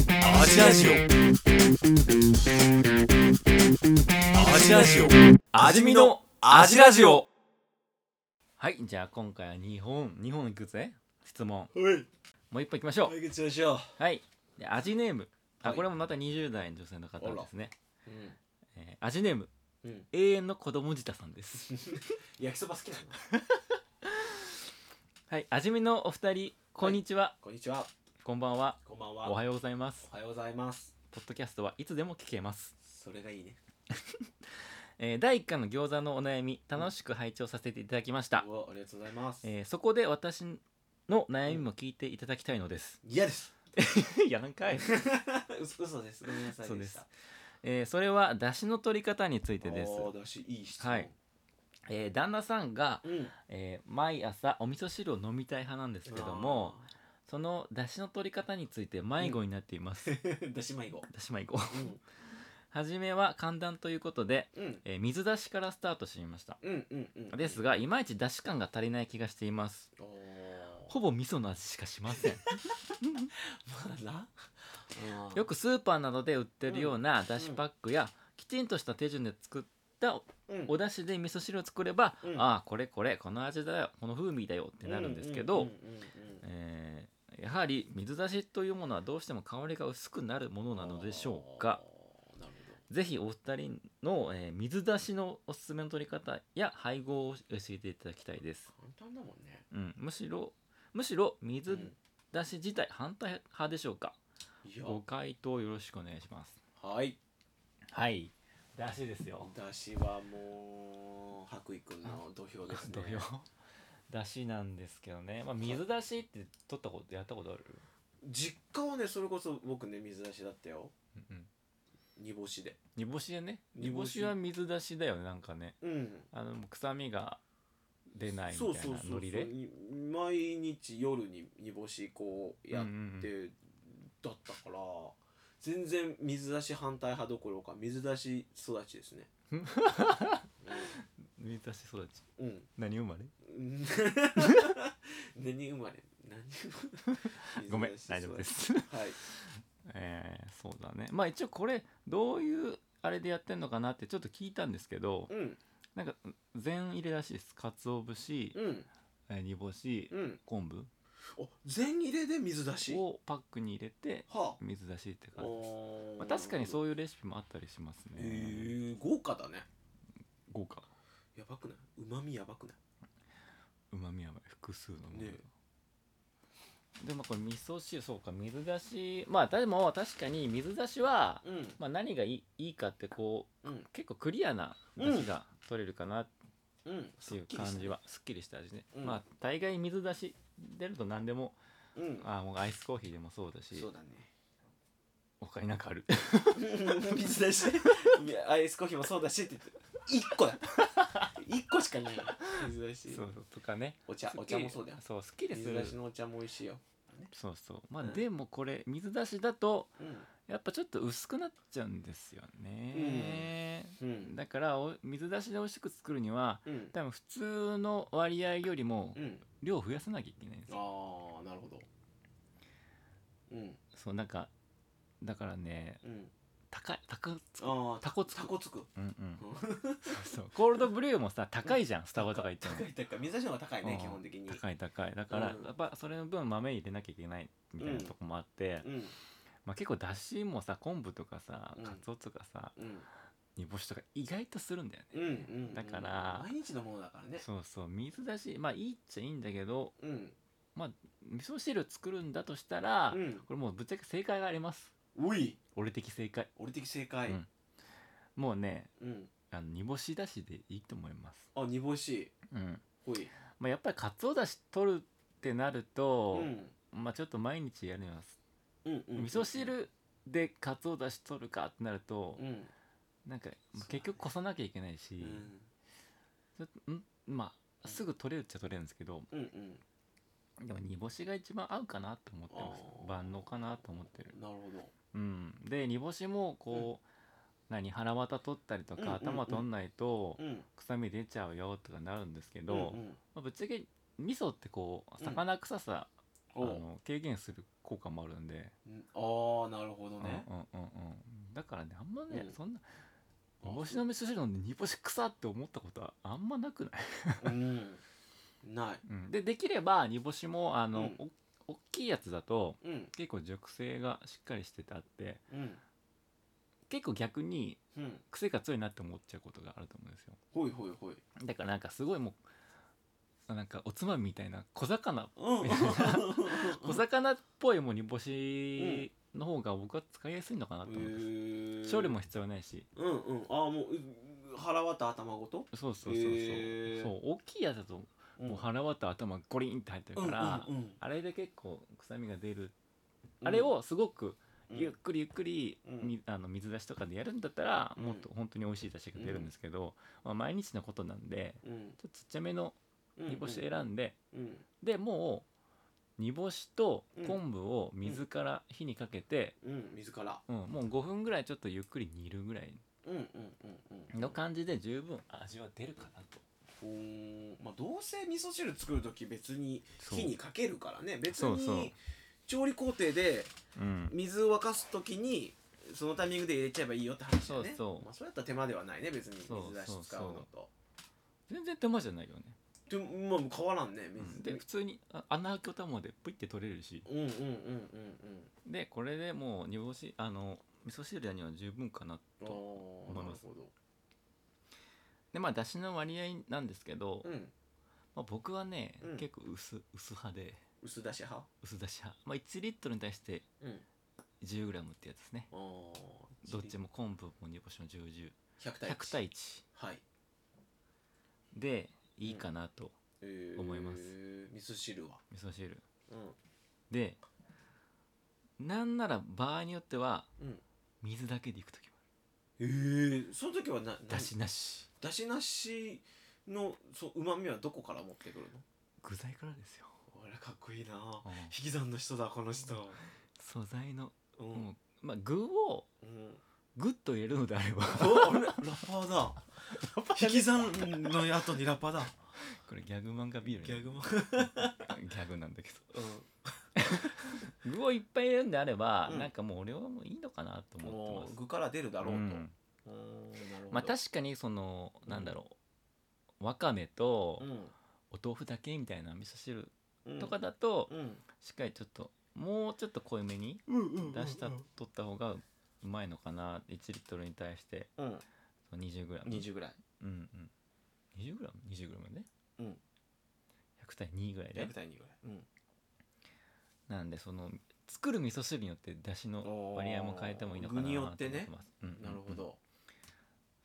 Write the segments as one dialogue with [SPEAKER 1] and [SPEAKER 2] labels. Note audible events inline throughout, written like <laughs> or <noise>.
[SPEAKER 1] ラジオ味ラジオ味見の味ラジオ
[SPEAKER 2] はいじゃあ今回は2本2本いくぜ質問
[SPEAKER 1] はい
[SPEAKER 2] もう一本いきましょう
[SPEAKER 1] 解決しましょう
[SPEAKER 2] はいで味ネームあ
[SPEAKER 1] はい
[SPEAKER 2] これもまた20代の女性の方ですね、
[SPEAKER 1] うん
[SPEAKER 2] えー味ネーム、
[SPEAKER 1] うん
[SPEAKER 2] 永遠の子供舌さんです
[SPEAKER 1] <laughs> 焼きそば好きなの
[SPEAKER 2] はい味見のお二人こんにちは、
[SPEAKER 1] こんにちは
[SPEAKER 2] こんばんは
[SPEAKER 1] こんばんは
[SPEAKER 2] おはようございます
[SPEAKER 1] おはようございます
[SPEAKER 2] ポッドキャストはいつでも聞けます、
[SPEAKER 1] それがいいね
[SPEAKER 2] えー第1回の餃子のお悩み楽しく拝聴させていただきました、
[SPEAKER 1] うわありがとうございます
[SPEAKER 2] えーそこで私の悩みも聞いていただきたい
[SPEAKER 1] <laughs>
[SPEAKER 2] のです、
[SPEAKER 1] 嫌です
[SPEAKER 2] いやなんかい、
[SPEAKER 1] 嘘 <laughs> 嘘ですごめんなさい
[SPEAKER 2] そうです
[SPEAKER 1] た
[SPEAKER 2] えーそれは出汁の取り方についてです
[SPEAKER 1] あ、ーだしいい質問
[SPEAKER 2] はいえー旦那さんが、
[SPEAKER 1] うん
[SPEAKER 2] えー毎朝お味噌汁を飲みたい派なんですけどもその出汁の取り方について迷子になっています、
[SPEAKER 1] あーだし迷子
[SPEAKER 2] 出汁迷子
[SPEAKER 1] うん
[SPEAKER 2] 初めは簡単ということで、
[SPEAKER 1] うん
[SPEAKER 2] えー水出しからスタートしてみました
[SPEAKER 1] うんうんうん
[SPEAKER 2] ですがいまいち出汁感が足りない気がしています
[SPEAKER 1] おー
[SPEAKER 2] ほぼ味噌の味しかしま
[SPEAKER 1] <laughs>
[SPEAKER 2] せん
[SPEAKER 1] まだ
[SPEAKER 2] よくスーパーなどで売ってるようなだしパックや、きちんとした手順で作った
[SPEAKER 1] うん
[SPEAKER 2] お出汁で味噌汁を作れば、
[SPEAKER 1] うん
[SPEAKER 2] ああこれこれこの味だよこの風味だよってなるんですけど、
[SPEAKER 1] うんうんうんうん
[SPEAKER 2] えーやはり水出しというものはどうしても香りが薄くなるものなのでしょうか
[SPEAKER 1] あーなるほど
[SPEAKER 2] ぜひお二人の、えー水出しのおすすめの取り方や配合を教えていただきたいです、
[SPEAKER 1] 簡単だもんね
[SPEAKER 2] うん、むしろむしろ水
[SPEAKER 1] うん
[SPEAKER 2] 出し自体反対派でしょうか
[SPEAKER 1] いや
[SPEAKER 2] ご回答よろしくお願いします
[SPEAKER 1] はい
[SPEAKER 2] はいらしいです <laughs> よ
[SPEAKER 1] だしはもう白衣くんの土俵ですね
[SPEAKER 2] <laughs> 土俵だしなんですけどね、まあ、水出しって取ったことやったことある、
[SPEAKER 1] 実家はねそれこそ僕ね水出しだったよ
[SPEAKER 2] うんうん、
[SPEAKER 1] 煮干しで
[SPEAKER 2] 煮干しでね煮
[SPEAKER 1] 煮
[SPEAKER 2] 干
[SPEAKER 1] 干し
[SPEAKER 2] しは水出しだよねなんかね
[SPEAKER 1] うん
[SPEAKER 2] あの臭みが出ないみたいなノリで
[SPEAKER 1] に毎日夜に煮干しこうやっ
[SPEAKER 2] うんうん
[SPEAKER 1] てだったから、全然水出し反対派どころか水出し育ち
[SPEAKER 2] <laughs>
[SPEAKER 1] ですね
[SPEAKER 2] うん水出し育ち
[SPEAKER 1] うん、うん
[SPEAKER 2] 何生まれ
[SPEAKER 1] <laughs> うん何生まれ何生まれ
[SPEAKER 2] ごめん
[SPEAKER 1] 水出
[SPEAKER 2] 大
[SPEAKER 1] し
[SPEAKER 2] 丈夫
[SPEAKER 1] 育
[SPEAKER 2] で
[SPEAKER 1] ち <laughs>
[SPEAKER 2] す
[SPEAKER 1] はい
[SPEAKER 2] えー、そうだねまあ一応これどういうあれでやってんのかなってちょっと聞いたんですけど
[SPEAKER 1] うん
[SPEAKER 2] なんか全入れらしいです鰹節
[SPEAKER 1] うん
[SPEAKER 2] えー煮干し
[SPEAKER 1] うん
[SPEAKER 2] 昆布
[SPEAKER 1] お全入れで水出しは
[SPEAKER 2] をパックに入れて
[SPEAKER 1] あ
[SPEAKER 2] 水出しって感じです、
[SPEAKER 1] おー
[SPEAKER 2] まあ、確かにそういうレシピもあったりします
[SPEAKER 1] へ
[SPEAKER 2] ね
[SPEAKER 1] え豪華だね
[SPEAKER 2] 豪華
[SPEAKER 1] やばくないうまみやばくないう
[SPEAKER 2] まみは複数のもの、
[SPEAKER 1] ね
[SPEAKER 2] でもこれ味噌汁そうか水出しまあでも確かに水出しは、
[SPEAKER 1] うん
[SPEAKER 2] まあ、何がいいいいかってこう
[SPEAKER 1] うん
[SPEAKER 2] 結構クリアな出汁が取れるかなっ
[SPEAKER 1] うん
[SPEAKER 2] ていう感じはすっきりした味ね、
[SPEAKER 1] うん
[SPEAKER 2] まあ大概水出し出ると何でも
[SPEAKER 1] うん
[SPEAKER 2] あもうアイスコーヒーでもそうだし
[SPEAKER 1] そうだね <laughs>
[SPEAKER 2] 他になんかある
[SPEAKER 1] 水出しいやアイスコーヒーもそうだしって言って1個だ1個しかない水出し
[SPEAKER 2] <laughs> そうそうとかね
[SPEAKER 1] お茶
[SPEAKER 2] すっ
[SPEAKER 1] お
[SPEAKER 2] きり
[SPEAKER 1] 茶もそうだよ
[SPEAKER 2] そうすっきりす
[SPEAKER 1] 水
[SPEAKER 2] る
[SPEAKER 1] 出しのお茶も美味しいよ
[SPEAKER 2] そうそうまあ、
[SPEAKER 1] うん
[SPEAKER 2] でもこれ水出しだと
[SPEAKER 1] うん
[SPEAKER 2] やっぱちょっと薄くなっちゃうんですよね、
[SPEAKER 1] うん
[SPEAKER 2] だからお水出しで美味しく作るには
[SPEAKER 1] うん
[SPEAKER 2] 多分普通の割合よりも
[SPEAKER 1] うん
[SPEAKER 2] 量を増やさなきゃいけないんですよ、
[SPEAKER 1] ああなるほどうん
[SPEAKER 2] そうなんかだからね
[SPEAKER 1] うん
[SPEAKER 2] 高い高い
[SPEAKER 1] ああ
[SPEAKER 2] タコつく
[SPEAKER 1] タコつく
[SPEAKER 2] うんうんそうそうコールドブリューもさ高いじゃんスタバとか行っても
[SPEAKER 1] 高い高い水出しの方が高いね
[SPEAKER 2] うん
[SPEAKER 1] 基本的に
[SPEAKER 2] 高い高いだから、
[SPEAKER 1] うん
[SPEAKER 2] やっぱそれの分豆入れなきゃいけないみたいなとこもあって、
[SPEAKER 1] うん
[SPEAKER 2] まあ、結構だしもさ昆布とかさ
[SPEAKER 1] うん
[SPEAKER 2] かつおとかさ
[SPEAKER 1] うん
[SPEAKER 2] 煮干しとか意外とするんだよ
[SPEAKER 1] う
[SPEAKER 2] ね、
[SPEAKER 1] んうん
[SPEAKER 2] だから
[SPEAKER 1] 毎日のものだからね
[SPEAKER 2] そうそう水出しまあいいっちゃいいんだけど
[SPEAKER 1] うん
[SPEAKER 2] 味噌汁作るんだとしたら、
[SPEAKER 1] うん
[SPEAKER 2] これもうぶっちゃけ正解があります
[SPEAKER 1] おい
[SPEAKER 2] 俺的正解
[SPEAKER 1] 俺的正解
[SPEAKER 2] うんもうね
[SPEAKER 1] うん
[SPEAKER 2] あの煮干しだしでいいと思います
[SPEAKER 1] あ煮干し
[SPEAKER 2] うん、
[SPEAKER 1] ほい
[SPEAKER 2] まあ、やっぱりかつおだし取るってなる
[SPEAKER 1] う
[SPEAKER 2] と、
[SPEAKER 1] ん
[SPEAKER 2] まあちょっと毎日やるには
[SPEAKER 1] うんうん
[SPEAKER 2] 味噌汁でかつおだし取るかってなると
[SPEAKER 1] う、ん
[SPEAKER 2] なんかまあ
[SPEAKER 1] そうだね
[SPEAKER 2] 結局こさなきゃいけないし、
[SPEAKER 1] うん
[SPEAKER 2] ちょっとんまあすぐ取れるっちゃ取れるんですけど
[SPEAKER 1] うんうん
[SPEAKER 2] でも煮干しが一番合うかなと思ってます
[SPEAKER 1] あー
[SPEAKER 2] 万能かなと思ってる
[SPEAKER 1] なるほど
[SPEAKER 2] うん、で煮干しもこう、何腹綿取ったりと
[SPEAKER 1] うんうんう
[SPEAKER 2] か
[SPEAKER 1] ん
[SPEAKER 2] 頭取んないと
[SPEAKER 1] うん
[SPEAKER 2] 臭み出ちゃうよとかなるんですけど、
[SPEAKER 1] うんうん
[SPEAKER 2] まあ、ぶっちゃけ味噌ってこう
[SPEAKER 1] うん
[SPEAKER 2] 魚臭さあ
[SPEAKER 1] おう
[SPEAKER 2] の軽減する効果もあるんで、
[SPEAKER 1] うんああなるほどね
[SPEAKER 2] うんうんうんうんだからねあんまね、
[SPEAKER 1] うん
[SPEAKER 2] そんな
[SPEAKER 1] あ
[SPEAKER 2] 煮干しの味噌汁飲んで煮干し臭って思ったことはあんまなくない、
[SPEAKER 1] うんない
[SPEAKER 2] うん、でできれば煮干しもあの、
[SPEAKER 1] う
[SPEAKER 2] お大きいやつだと
[SPEAKER 1] うん
[SPEAKER 2] 結構熟成がしっかりしててあって
[SPEAKER 1] うん
[SPEAKER 2] 結構逆に
[SPEAKER 1] うん
[SPEAKER 2] 癖が強いなって思っちゃうことがあると思うんですよ
[SPEAKER 1] ほいほいほい
[SPEAKER 2] だからなんかすごいもうなんかおつまみみたいな小魚
[SPEAKER 1] うん
[SPEAKER 2] 小魚っぽいもう煮干しの方が僕は使いやすいのかなと思うんです調理も必要ないし
[SPEAKER 1] うんうんああもうう腹わた頭ごと
[SPEAKER 2] そうそうそうそう,、
[SPEAKER 1] へー
[SPEAKER 2] そう大きいやつだともう腹割った頭ゴリンって入ってるから、
[SPEAKER 1] うんうんうん
[SPEAKER 2] あれで結構臭みが出る、あれをすごく
[SPEAKER 1] うん
[SPEAKER 2] ゆっくりゆっくり、
[SPEAKER 1] うん
[SPEAKER 2] みあの水出しとかでやるんだったら、
[SPEAKER 1] うん
[SPEAKER 2] もっと本当に美味しい出汁が出るんですけど、まあ、毎日のことなんで
[SPEAKER 1] うん
[SPEAKER 2] ちょっとちっちゃめの煮干し選んで、
[SPEAKER 1] うん
[SPEAKER 2] でもう煮干しと
[SPEAKER 1] うん
[SPEAKER 2] 昆布を水から火にかけて、
[SPEAKER 1] うん自ら
[SPEAKER 2] うんもう5分ぐらいちょっとゆっくり煮るぐらい
[SPEAKER 1] うんうんうんうん
[SPEAKER 2] の感じで十分味は出るかなと。
[SPEAKER 1] ほーまあどうせ味噌汁作る時別に
[SPEAKER 2] そう
[SPEAKER 1] 火にかけるからね別
[SPEAKER 2] そうそう
[SPEAKER 1] に調理工程で
[SPEAKER 2] うん
[SPEAKER 1] 水を沸かす時にそのタイミングで入れちゃえばいいよって話だよね
[SPEAKER 2] そうそう
[SPEAKER 1] まあ、それやったら手間ではないね別に
[SPEAKER 2] そう
[SPEAKER 1] 水出し使うのと
[SPEAKER 2] 全然手間じゃないよね、
[SPEAKER 1] でもまあ変わらんね水
[SPEAKER 2] で普通にあ穴開けたまでプイって取れるし
[SPEAKER 1] うんうんうんうん
[SPEAKER 2] でこれでもう煮干しあの味噌汁には十分かな
[SPEAKER 1] うん
[SPEAKER 2] と
[SPEAKER 1] おー
[SPEAKER 2] 思
[SPEAKER 1] な
[SPEAKER 2] い
[SPEAKER 1] る
[SPEAKER 2] ます
[SPEAKER 1] ほど
[SPEAKER 2] でまあだしの割合なんですけど、
[SPEAKER 1] うん
[SPEAKER 2] まあ、僕はね、
[SPEAKER 1] うん
[SPEAKER 2] 結構薄薄派で
[SPEAKER 1] 薄だし派
[SPEAKER 2] 薄だし派、まあ、1リットルに対して
[SPEAKER 1] うん
[SPEAKER 2] 1 0ムってやつですね
[SPEAKER 1] あー
[SPEAKER 2] どっちも昆布も煮干しも1
[SPEAKER 1] 100
[SPEAKER 2] 0 1 0
[SPEAKER 1] 対
[SPEAKER 2] 0対1
[SPEAKER 1] はい、
[SPEAKER 2] でいいかなと、
[SPEAKER 1] えー
[SPEAKER 2] 思います
[SPEAKER 1] 味噌汁は
[SPEAKER 2] 味噌汁
[SPEAKER 1] う
[SPEAKER 2] でなんなら場合によっては
[SPEAKER 1] んうん
[SPEAKER 2] 水だけでいく時も
[SPEAKER 1] えー、その時はな
[SPEAKER 2] あるだしなし
[SPEAKER 1] だしなしのうまみはどこから持ってくるの
[SPEAKER 2] 具材からですよ、
[SPEAKER 1] 俺かっこいいな
[SPEAKER 2] うん
[SPEAKER 1] 引き算の人だこの人
[SPEAKER 2] 素材の
[SPEAKER 1] うん、う
[SPEAKER 2] もうまあ具を
[SPEAKER 1] ん、
[SPEAKER 2] グッと入れるのであれば
[SPEAKER 1] おあれラッパーだ <laughs> 引き算の後にラッパー <laughs> だ
[SPEAKER 2] <laughs> これギャグ漫画ビール
[SPEAKER 1] ギ
[SPEAKER 2] ね
[SPEAKER 1] ャグマン
[SPEAKER 2] ギャグなんだけ
[SPEAKER 1] <laughs> う
[SPEAKER 2] ど具をいっぱい入れるんであれば、
[SPEAKER 1] うん
[SPEAKER 2] なんかもう俺はもういいのかなと
[SPEAKER 1] ん
[SPEAKER 2] 思
[SPEAKER 1] も
[SPEAKER 2] って
[SPEAKER 1] う
[SPEAKER 2] ます
[SPEAKER 1] 具から出るだろうと、
[SPEAKER 2] う
[SPEAKER 1] うんーんなるほど
[SPEAKER 2] まあ確かにそのなんだろうわかめとお豆腐だけみたいな味噌汁
[SPEAKER 1] うん
[SPEAKER 2] とかだと
[SPEAKER 1] うん
[SPEAKER 2] しっかりちょっともうちょっと濃いめに
[SPEAKER 1] うんうんうん
[SPEAKER 2] 出した取った方がうまいのかな1リットルに対して
[SPEAKER 1] うん
[SPEAKER 2] 2 0ム
[SPEAKER 1] 20ぐらい
[SPEAKER 2] うんうん2 0ム2 0ムね
[SPEAKER 1] うん
[SPEAKER 2] 100対2ぐらいで
[SPEAKER 1] 100対2ぐらい、うん、
[SPEAKER 2] なんでその作る味噌汁によって出汁の割合も変えてもいいのかな
[SPEAKER 1] おー具によってね
[SPEAKER 2] と思ますうんうんうん
[SPEAKER 1] なるほど、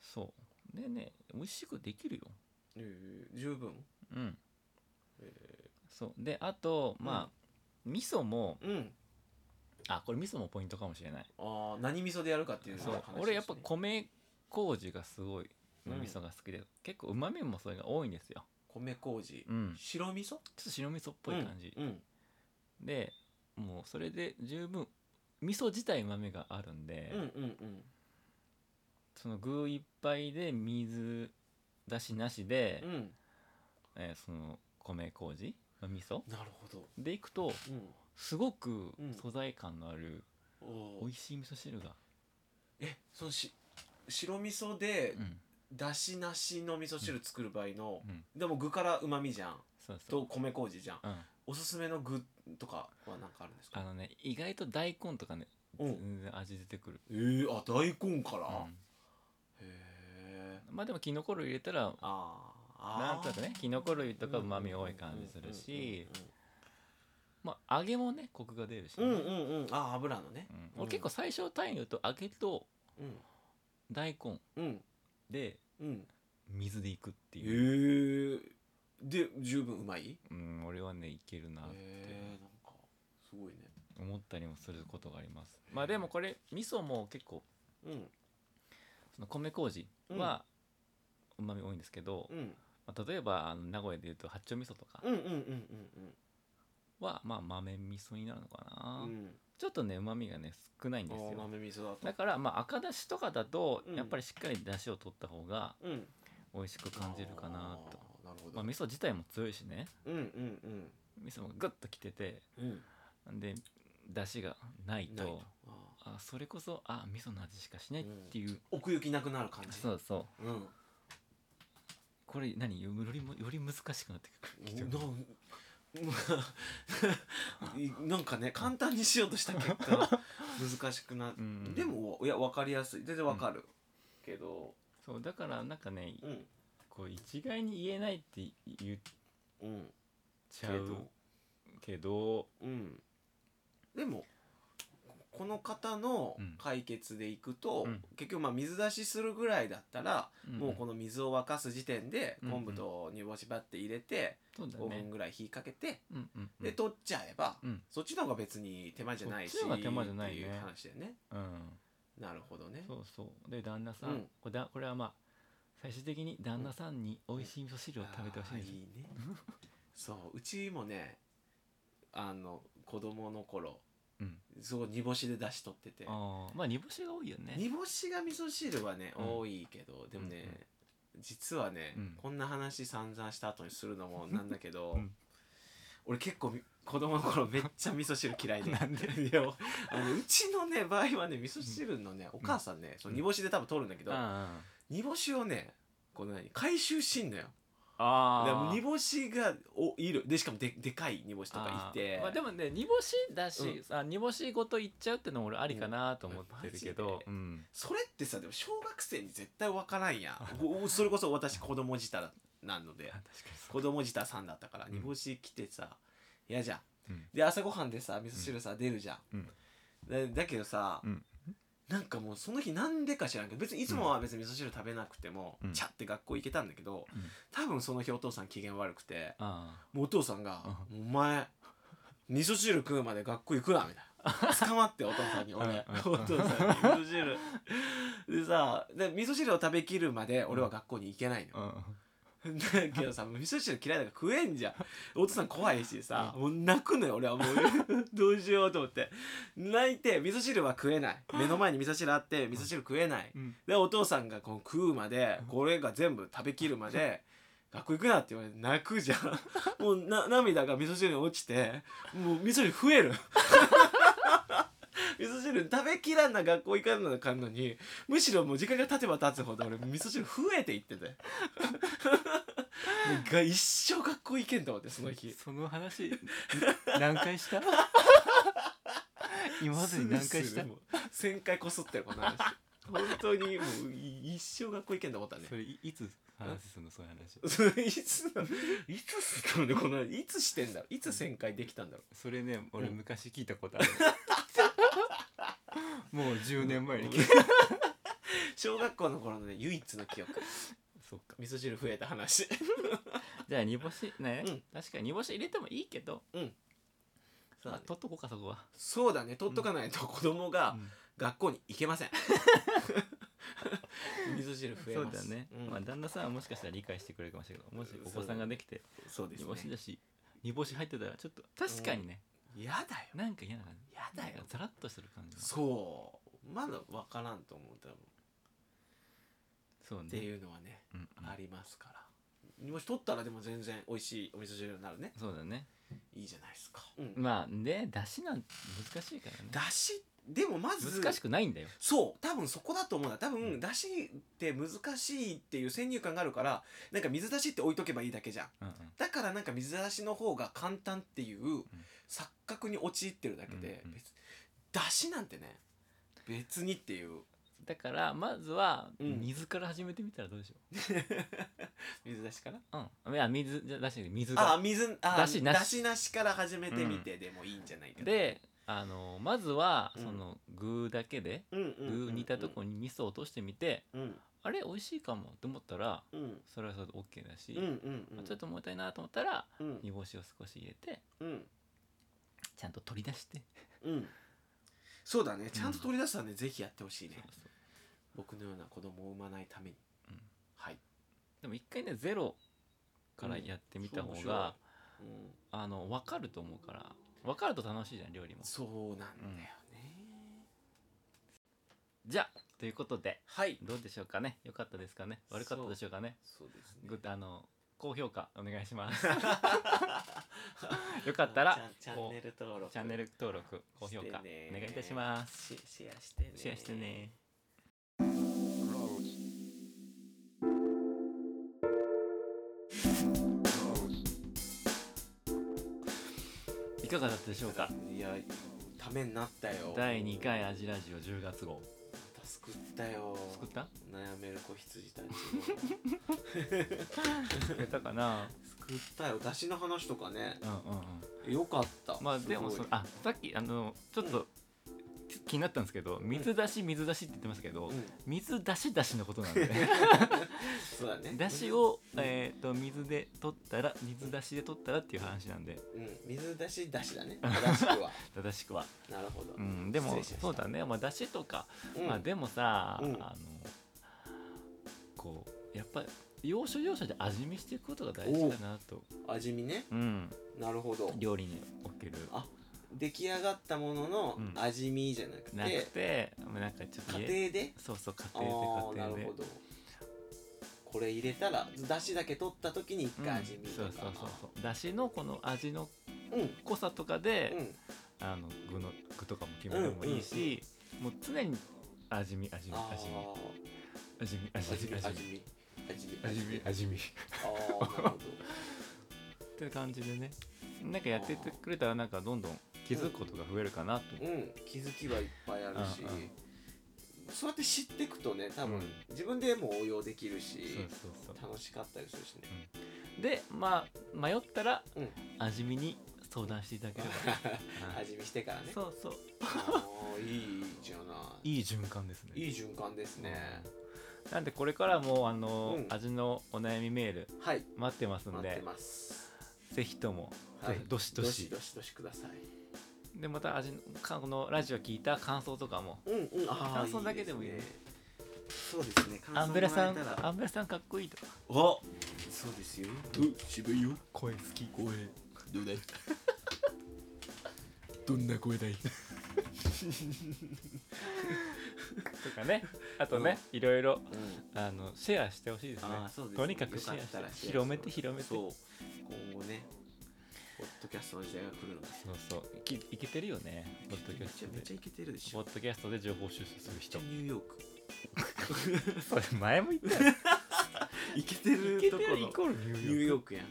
[SPEAKER 2] そうでね美味しくできるよ
[SPEAKER 1] えー十分
[SPEAKER 2] うん
[SPEAKER 1] え
[SPEAKER 2] そうであとまあ、味噌も
[SPEAKER 1] ーうん
[SPEAKER 2] あこれ味噌もポイントかもしれない
[SPEAKER 1] ああ何味噌でやるかっていう
[SPEAKER 2] そう、
[SPEAKER 1] 話ですね
[SPEAKER 2] 俺やっぱ米麹がすごい
[SPEAKER 1] うん
[SPEAKER 2] 味噌が好きで、結構うまみもそれが多いんですよ
[SPEAKER 1] 米麹、
[SPEAKER 2] うんちょ
[SPEAKER 1] 白味噌っ
[SPEAKER 2] っと白味噌っぽい感じ、
[SPEAKER 1] うん
[SPEAKER 2] でもうそれで十分味噌自体うまみがあるんで、
[SPEAKER 1] うんうんうん
[SPEAKER 2] その具いっぱいで水だしなしで、
[SPEAKER 1] うん
[SPEAKER 2] えーその米麹、まあ、味噌
[SPEAKER 1] なるほど
[SPEAKER 2] でいくと
[SPEAKER 1] うん
[SPEAKER 2] すごく
[SPEAKER 1] うん
[SPEAKER 2] 素材感のある
[SPEAKER 1] おー
[SPEAKER 2] 美味しい味噌汁が、
[SPEAKER 1] えそのし白味噌で
[SPEAKER 2] うん
[SPEAKER 1] だしなしの味噌汁作る場合の
[SPEAKER 2] うん、
[SPEAKER 1] でも具からうまみじゃん
[SPEAKER 2] そうそう
[SPEAKER 1] と、米麹じゃん
[SPEAKER 2] うん、
[SPEAKER 1] おすすめの具とかは何かあるんです
[SPEAKER 2] あ
[SPEAKER 1] か
[SPEAKER 2] のね意外と大根とかね
[SPEAKER 1] うん
[SPEAKER 2] 全然味出てくる、
[SPEAKER 1] えー、あ大根から、
[SPEAKER 2] う
[SPEAKER 1] へ
[SPEAKER 2] ん
[SPEAKER 1] え
[SPEAKER 2] まあでもキノコ類入れたら
[SPEAKER 1] あーあ
[SPEAKER 2] なんとなくねキノコ類
[SPEAKER 1] ー
[SPEAKER 2] とかうまみ多い感じするし
[SPEAKER 1] う
[SPEAKER 2] まあ揚げもねコクが出るしね、
[SPEAKER 1] んうんうんうんうんうんうんあー油のね
[SPEAKER 2] うん俺結構最初単位言うと揚げと
[SPEAKER 1] うん
[SPEAKER 2] 大根
[SPEAKER 1] うん
[SPEAKER 2] で
[SPEAKER 1] うん
[SPEAKER 2] 水でいくって
[SPEAKER 1] へえ
[SPEAKER 2] いう、
[SPEAKER 1] で十分うまい
[SPEAKER 2] うん、俺はねいけるなって
[SPEAKER 1] えなんかすごいね
[SPEAKER 2] 思ったりもすることがありますまあでもこれ味噌も結構
[SPEAKER 1] うん
[SPEAKER 2] その米麹はうまみ多いんですけど、
[SPEAKER 1] うん
[SPEAKER 2] まあ、例えばあの名古屋でいうと八丁味噌とか
[SPEAKER 1] うんうんうん
[SPEAKER 2] は、まあ、豆味噌になるの
[SPEAKER 1] う
[SPEAKER 2] か
[SPEAKER 1] ん
[SPEAKER 2] な、
[SPEAKER 1] うん
[SPEAKER 2] ちょっとねうまみがね少ないん
[SPEAKER 1] あ
[SPEAKER 2] です
[SPEAKER 1] ー
[SPEAKER 2] よ
[SPEAKER 1] 豆味噌だと
[SPEAKER 2] だから、まあ、赤だしとかだと
[SPEAKER 1] うん
[SPEAKER 2] やっぱりしっかりだしを取った方が
[SPEAKER 1] うん
[SPEAKER 2] 美味しく感じるかな
[SPEAKER 1] あー
[SPEAKER 2] と、
[SPEAKER 1] なるほど
[SPEAKER 2] まあ、味噌自体も強いしね
[SPEAKER 1] うんうんうん
[SPEAKER 2] 味噌がグッときてて
[SPEAKER 1] うん
[SPEAKER 2] で出汁がない
[SPEAKER 1] な
[SPEAKER 2] と
[SPEAKER 1] いとあ
[SPEAKER 2] あそれこそあ味噌の味しかしないっていう、
[SPEAKER 1] ー奥行きなくなる感じ
[SPEAKER 2] そうそう
[SPEAKER 1] うん
[SPEAKER 2] これ何よりもより難しくなってくる
[SPEAKER 1] ななん <laughs> かね簡単にしようとした結果難しくなっ
[SPEAKER 2] うん
[SPEAKER 1] でもいや分かりやすい全然分かる、けど
[SPEAKER 2] そうだからなんかね
[SPEAKER 1] うん
[SPEAKER 2] こう一概に言えないって言っ
[SPEAKER 1] うん
[SPEAKER 2] ちゃうけど
[SPEAKER 1] うんでもこの方の
[SPEAKER 2] うん
[SPEAKER 1] 解決でいくと、
[SPEAKER 2] うん
[SPEAKER 1] 結局まあ水出しするぐらいだったら、もうこの
[SPEAKER 2] の
[SPEAKER 1] 水を沸かす時点で
[SPEAKER 2] うん
[SPEAKER 1] 昆布と煮干しばって入れて、
[SPEAKER 2] そうだ
[SPEAKER 1] 5
[SPEAKER 2] ね
[SPEAKER 1] 分ぐらい火かけて、
[SPEAKER 2] うんうんうん
[SPEAKER 1] で取っちゃえば、
[SPEAKER 2] うん
[SPEAKER 1] そっちの方が別に手間じゃないし
[SPEAKER 2] そっちの方が手間じゃないね
[SPEAKER 1] っていう話だよね
[SPEAKER 2] うん
[SPEAKER 1] なるほどね
[SPEAKER 2] そうそうで旦那さん、
[SPEAKER 1] うん
[SPEAKER 2] これだこれはまあ最終的に旦那さんに美味しい味噌汁を食べてほしい
[SPEAKER 1] あ
[SPEAKER 2] んで
[SPEAKER 1] ー
[SPEAKER 2] す
[SPEAKER 1] いいねそううちもねあの子供の頃
[SPEAKER 2] うん
[SPEAKER 1] そう煮干しで出し取ってて
[SPEAKER 2] あーまあ煮干しが多いよね
[SPEAKER 1] 煮干しが味噌汁はね、
[SPEAKER 2] うん
[SPEAKER 1] 多いけどでもね、実はね、
[SPEAKER 2] うん
[SPEAKER 1] こんな話散々した後にするのもなんだけど、
[SPEAKER 2] <laughs> うん
[SPEAKER 1] 俺結構み子供の頃めっちゃ味噌汁嫌い <laughs> で
[SPEAKER 2] <laughs> なんで
[SPEAKER 1] いやあのうちのね場合はね味噌汁のねお母さんね、そう煮干しで多分取るんだけど、
[SPEAKER 2] あ
[SPEAKER 1] 煮干しをねこの何回収しんのよ
[SPEAKER 2] ああ
[SPEAKER 1] で
[SPEAKER 2] ー
[SPEAKER 1] も煮干しがおいるでしかもででかい煮干しとかいて
[SPEAKER 2] あーまあ、でもね煮干しだし、あ煮干しごといっちゃうってのも俺ありかなと思ってるけど、
[SPEAKER 1] う
[SPEAKER 2] うん
[SPEAKER 1] それってさでも小学生に絶対わからんやん <laughs> おおそれこそ私子供舌なので
[SPEAKER 2] あ確かにそう
[SPEAKER 1] 子供舌さんだったから
[SPEAKER 2] うん
[SPEAKER 1] 煮干し来てさ嫌じゃん
[SPEAKER 2] うん
[SPEAKER 1] で朝ごはんでさ味噌汁さ、出るじゃん
[SPEAKER 2] うん
[SPEAKER 1] でだけどさ、
[SPEAKER 2] うん
[SPEAKER 1] なんかもうその日なんでか知らんけど別にいつもは別に味噌汁食べなくても、
[SPEAKER 2] うん
[SPEAKER 1] ちゃって学校行けたんだけど、
[SPEAKER 2] うん
[SPEAKER 1] 多分その日お父さん機嫌悪くて
[SPEAKER 2] あ
[SPEAKER 1] もうお父さんが「お前味噌汁食うまで学校行くな」みたいな「
[SPEAKER 2] <laughs>
[SPEAKER 1] 捕まってお父さんに
[SPEAKER 2] うん
[SPEAKER 1] 俺
[SPEAKER 2] うん
[SPEAKER 1] お父さんに味噌汁」でさで味噌汁を食べきるまで俺は学校に行けない
[SPEAKER 2] あ、う
[SPEAKER 1] の、
[SPEAKER 2] ん、
[SPEAKER 1] だけどさもう味噌汁嫌いだから食えんじゃんお父さん怖いしさもう泣くのよ俺はもう <laughs> どうしようと思って泣いて味噌汁は食えない目の前に味噌汁あって味噌汁食えない
[SPEAKER 2] うん、
[SPEAKER 1] でお父さんがこの食うまでこれが全部食べきるま
[SPEAKER 2] <laughs>
[SPEAKER 1] で学校行くなって言われて泣くじゃんもうな涙が味噌汁に落ちてもう味噌汁増
[SPEAKER 2] <laughs>
[SPEAKER 1] える味噌汁食べきらんな学校行かんなあかんのにむしろもう時間が経てば経つほど俺味噌汁増えていってて
[SPEAKER 2] <laughs>
[SPEAKER 1] もうが一生学校行けんと思ってその日
[SPEAKER 2] その話何
[SPEAKER 1] <laughs>
[SPEAKER 2] 回した今までに何回した
[SPEAKER 1] もう1000回こすってるこの話本当にもう一生学校行けんと思ったね
[SPEAKER 2] それいいつ話すのそういう話
[SPEAKER 1] それ <laughs> いつないつすんのねこのいつしてんだろういつ旋回できたんだろ
[SPEAKER 2] それね俺
[SPEAKER 1] うん
[SPEAKER 2] 昔聞いたこと
[SPEAKER 1] <laughs>
[SPEAKER 2] あるもう10年前に聞いた
[SPEAKER 1] う <laughs> 小学校の頃のね唯一の記憶
[SPEAKER 2] そうか
[SPEAKER 1] 味噌汁増えた話
[SPEAKER 2] じゃあ煮干しね、
[SPEAKER 1] うん
[SPEAKER 2] 確かに煮干し入れてもいいけど、
[SPEAKER 1] そう
[SPEAKER 2] ま
[SPEAKER 1] だ
[SPEAKER 2] あ
[SPEAKER 1] ね、
[SPEAKER 2] 取っとこうかそこは、
[SPEAKER 1] そうだね取っとかないと子供が学校に行けません <laughs> 味噌汁増え
[SPEAKER 2] そう
[SPEAKER 1] ます
[SPEAKER 2] だね、
[SPEAKER 1] ん
[SPEAKER 2] まあ旦那さんはもしかしたら理解してくれるかもしれないけどもしお子さんができて
[SPEAKER 1] そうで
[SPEAKER 2] 煮
[SPEAKER 1] す
[SPEAKER 2] 干し
[SPEAKER 1] ね
[SPEAKER 2] だし煮干し入ってたらちょっと確かにね、
[SPEAKER 1] やだよ
[SPEAKER 2] なんか嫌な感じ
[SPEAKER 1] やだよ
[SPEAKER 2] ザラッとしてる感じの
[SPEAKER 1] そうまだ分からんと思う多分
[SPEAKER 2] そう
[SPEAKER 1] って
[SPEAKER 2] ね
[SPEAKER 1] いうのはね
[SPEAKER 2] うんうん
[SPEAKER 1] ありますから煮干し取ったらでも全然美味しいお味噌汁になるね
[SPEAKER 2] そうだね
[SPEAKER 1] いいじゃないですか、うん
[SPEAKER 2] まあでだしなん難しいからね
[SPEAKER 1] だしでもまず
[SPEAKER 2] 難しくないんだよ
[SPEAKER 1] そう多分そこだと思うんだ多
[SPEAKER 2] う
[SPEAKER 1] 分
[SPEAKER 2] ん
[SPEAKER 1] 出汁って難しいっていう先入観があるからなんか水出しって置いとけばいいだけじゃん
[SPEAKER 2] うんうん
[SPEAKER 1] だからなんか水出しの方が簡単っていう錯覚に陥ってるだけで、
[SPEAKER 2] うんうん
[SPEAKER 1] 別出汁なんてね別にっていう
[SPEAKER 2] だからまずは
[SPEAKER 1] うん
[SPEAKER 2] 水から始めてみたらどうでしょ
[SPEAKER 1] 水出しから
[SPEAKER 2] ううんいや水じゃだし水
[SPEAKER 1] あ
[SPEAKER 2] が
[SPEAKER 1] 水あ
[SPEAKER 2] 出汁なし
[SPEAKER 1] 出汁なしから始めてみてでもいいんじゃないかな
[SPEAKER 2] であのまずは
[SPEAKER 1] うん
[SPEAKER 2] その具だけで
[SPEAKER 1] うんうんうんうん
[SPEAKER 2] 具煮たとこに味噌を落としてみて
[SPEAKER 1] うん
[SPEAKER 2] あれ美味しいかもと思ったら
[SPEAKER 1] うんうん
[SPEAKER 2] それはそれで OK だし、
[SPEAKER 1] うんうん
[SPEAKER 2] ちょっともったいなと思ったら
[SPEAKER 1] うん
[SPEAKER 2] 煮干しを少し入れて
[SPEAKER 1] うん
[SPEAKER 2] ちゃんと取り出して
[SPEAKER 1] うんそうだねちゃんと取り出したんで、ぜひやってほしいね僕のような子供を産まないために、
[SPEAKER 2] うん
[SPEAKER 1] はい
[SPEAKER 2] でも一回ねゼロからやってみた
[SPEAKER 1] そ
[SPEAKER 2] 方
[SPEAKER 1] う面
[SPEAKER 2] が
[SPEAKER 1] 白、いうん、
[SPEAKER 2] あの分かると思うから分かると楽しいじゃん料理も
[SPEAKER 1] そうなんだよね、
[SPEAKER 2] じゃあということで
[SPEAKER 1] はい
[SPEAKER 2] どうでしょうかね良かったですかね悪かったでしょうかね
[SPEAKER 1] そうです <laughs>
[SPEAKER 2] グッドあの高評価お願いしますよかったら
[SPEAKER 1] チャンチャンネル登録
[SPEAKER 2] チャンネル登録高評価
[SPEAKER 1] してね
[SPEAKER 2] お願いいたします
[SPEAKER 1] シシェアしてね
[SPEAKER 2] シェアしてねいかがだったでしょうか
[SPEAKER 1] いやためになったよ
[SPEAKER 2] 第2回アジラジオ10月号
[SPEAKER 1] 救ったよ
[SPEAKER 2] 作った
[SPEAKER 1] 悩める子羊
[SPEAKER 2] <laughs>
[SPEAKER 1] たちを
[SPEAKER 2] 作ったかな
[SPEAKER 1] 救ったよ出汁の話とかね
[SPEAKER 2] うんうんうん
[SPEAKER 1] よかった
[SPEAKER 2] まあでもその
[SPEAKER 1] の
[SPEAKER 2] あさっきあのちょっと、き気になったんですけど水出し水出しって言ってますけど、
[SPEAKER 1] うん、
[SPEAKER 2] 水出し出しのことなんで
[SPEAKER 1] そうだね
[SPEAKER 2] 出汁を、えー、と水で取ったら水出しで取ったらっていう話なんで
[SPEAKER 1] うん、水出し出しだ
[SPEAKER 2] <laughs>
[SPEAKER 1] ね正しくは
[SPEAKER 2] 正しくは、
[SPEAKER 1] なるほど、
[SPEAKER 2] うん、でも
[SPEAKER 1] 失礼しました
[SPEAKER 2] そうだね、まあ、出汁とか、
[SPEAKER 1] うん
[SPEAKER 2] まあ、でもさ、
[SPEAKER 1] うん
[SPEAKER 2] あのこうやっぱ要所要所で味見していくことが大
[SPEAKER 1] お
[SPEAKER 2] 事
[SPEAKER 1] う
[SPEAKER 2] だなと、
[SPEAKER 1] 味見ね
[SPEAKER 2] うん、
[SPEAKER 1] なるほど
[SPEAKER 2] 料理における
[SPEAKER 1] あ出来上がったものの
[SPEAKER 2] うん
[SPEAKER 1] 味見じゃなく
[SPEAKER 2] なく
[SPEAKER 1] て、
[SPEAKER 2] てなんかちょっと
[SPEAKER 1] 家
[SPEAKER 2] 家
[SPEAKER 1] 庭で
[SPEAKER 2] そうそう
[SPEAKER 1] あ
[SPEAKER 2] 家
[SPEAKER 1] あ
[SPEAKER 2] 庭
[SPEAKER 1] ー
[SPEAKER 2] で
[SPEAKER 1] な
[SPEAKER 2] 家
[SPEAKER 1] る
[SPEAKER 2] 庭
[SPEAKER 1] ほ
[SPEAKER 2] で
[SPEAKER 1] どこれ入れたら出汁だけ取った時に一
[SPEAKER 2] うん
[SPEAKER 1] 回味見と
[SPEAKER 2] そう
[SPEAKER 1] か、
[SPEAKER 2] そうそうそうだしのこの味の
[SPEAKER 1] うんうん
[SPEAKER 2] 濃さとかで、あの具の具とかも決めてもいいし、もう常に味見味見
[SPEAKER 1] あ
[SPEAKER 2] 味見
[SPEAKER 1] ー
[SPEAKER 2] 味見味
[SPEAKER 1] 味見
[SPEAKER 2] 見
[SPEAKER 1] 味
[SPEAKER 2] 味見
[SPEAKER 1] 見味見
[SPEAKER 2] 味見味見っ
[SPEAKER 1] ああなるほど
[SPEAKER 2] ていう感じでねなんかやってってくれたらなんかどんどん気づくことが増えるかなと思
[SPEAKER 1] うん気づきはいっぱいあるし
[SPEAKER 2] うんうん
[SPEAKER 1] そうやって知っていくとね多分、
[SPEAKER 2] うん
[SPEAKER 1] 自分でも応用できる
[SPEAKER 2] う、
[SPEAKER 1] し
[SPEAKER 2] そうそうそ
[SPEAKER 1] 楽しかったりするしね
[SPEAKER 2] うでまあ迷ったら、
[SPEAKER 1] うん
[SPEAKER 2] <laughs> 味見に相談していただけれ <laughs>
[SPEAKER 1] <laughs>
[SPEAKER 2] ば、
[SPEAKER 1] 味見してからね
[SPEAKER 2] そうそう
[SPEAKER 1] あーいいじゃない
[SPEAKER 2] いい循環ですね
[SPEAKER 1] いい循環ですね
[SPEAKER 2] なんでこれからもあの、
[SPEAKER 1] うん
[SPEAKER 2] 味のお悩みメール
[SPEAKER 1] はい
[SPEAKER 2] 待ってますん
[SPEAKER 1] 待って
[SPEAKER 2] で
[SPEAKER 1] ます
[SPEAKER 2] ぜひとも、
[SPEAKER 1] はい
[SPEAKER 2] <laughs> どしど
[SPEAKER 1] ど
[SPEAKER 2] し
[SPEAKER 1] しどしどしください
[SPEAKER 2] でまた味のかこのラジオ聞いた感想とかも
[SPEAKER 1] うんうんあー
[SPEAKER 2] 感想だけでもいいね
[SPEAKER 1] すねそうですね
[SPEAKER 2] アンベラさ
[SPEAKER 1] 感想もらえた
[SPEAKER 2] ん
[SPEAKER 1] ら
[SPEAKER 2] アンベラさんかっこいいとか
[SPEAKER 1] おそうですよ
[SPEAKER 3] 渋いよ
[SPEAKER 2] 声好き
[SPEAKER 3] 声どうだい <laughs> どんな声だい
[SPEAKER 2] とかねあとね、いろいろあのシェアしてほしいですね
[SPEAKER 1] あーそうですね
[SPEAKER 2] とにかくシェア
[SPEAKER 1] よかっ
[SPEAKER 2] したて
[SPEAKER 1] らシェア
[SPEAKER 2] 広めて広めて
[SPEAKER 1] そう今後ねポッドキャストの時代が来るので
[SPEAKER 2] そうそういきいけてるよねポッドキ
[SPEAKER 1] め
[SPEAKER 2] ャ
[SPEAKER 1] っ
[SPEAKER 2] ス
[SPEAKER 1] ちゃ
[SPEAKER 2] ト
[SPEAKER 1] めっちゃ
[SPEAKER 2] で
[SPEAKER 1] いけてるでし
[SPEAKER 2] ポ
[SPEAKER 1] ょ
[SPEAKER 2] ッドキャストで情報収集する人
[SPEAKER 1] ニューヨーク
[SPEAKER 2] それ前も言ったよ
[SPEAKER 1] いけてる
[SPEAKER 2] いけ
[SPEAKER 1] と
[SPEAKER 2] て
[SPEAKER 1] こ
[SPEAKER 2] るイ
[SPEAKER 1] ろ
[SPEAKER 2] コールニュ
[SPEAKER 1] ニ
[SPEAKER 2] ー
[SPEAKER 1] ュー
[SPEAKER 2] ヨー
[SPEAKER 1] ヨ
[SPEAKER 2] ク
[SPEAKER 1] ークやん
[SPEAKER 2] こ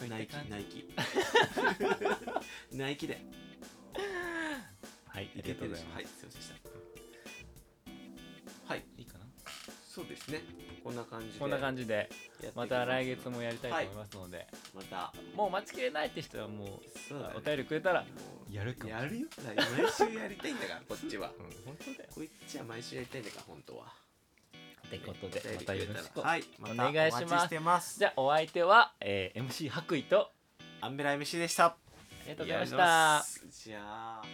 [SPEAKER 2] うい
[SPEAKER 1] ナイ
[SPEAKER 2] った感
[SPEAKER 1] キ
[SPEAKER 2] じ
[SPEAKER 1] ナイキナイキで
[SPEAKER 2] はいあ
[SPEAKER 1] い
[SPEAKER 2] り
[SPEAKER 1] け
[SPEAKER 2] がと
[SPEAKER 1] て
[SPEAKER 2] う
[SPEAKER 1] るで
[SPEAKER 2] ござ
[SPEAKER 1] しょ
[SPEAKER 2] いま
[SPEAKER 1] はいすいませんでしたはい
[SPEAKER 2] すいいかな
[SPEAKER 1] そうですねこんな感じで
[SPEAKER 2] こんな感じで
[SPEAKER 1] やっていき
[SPEAKER 2] ま
[SPEAKER 1] ます
[SPEAKER 2] た来月もやりたいと思いますので、
[SPEAKER 1] また
[SPEAKER 2] もう待ちきれないって人はもう
[SPEAKER 1] そうだね
[SPEAKER 2] お便りくれたら
[SPEAKER 1] もう
[SPEAKER 2] やるかも
[SPEAKER 1] やるよだから毎週やりたいんだからこっちは
[SPEAKER 2] うん本当だよ
[SPEAKER 1] こいつは毎週やりたいんだから本当は
[SPEAKER 2] ってことでまたよろしく、
[SPEAKER 1] はい
[SPEAKER 2] お願いします
[SPEAKER 1] お待ちしてます
[SPEAKER 2] じゃあお相手は、えー MC 白衣と
[SPEAKER 1] アンベラ MC でしたあ
[SPEAKER 2] あり
[SPEAKER 1] り
[SPEAKER 2] がとうございました
[SPEAKER 1] がとうございますじゃあ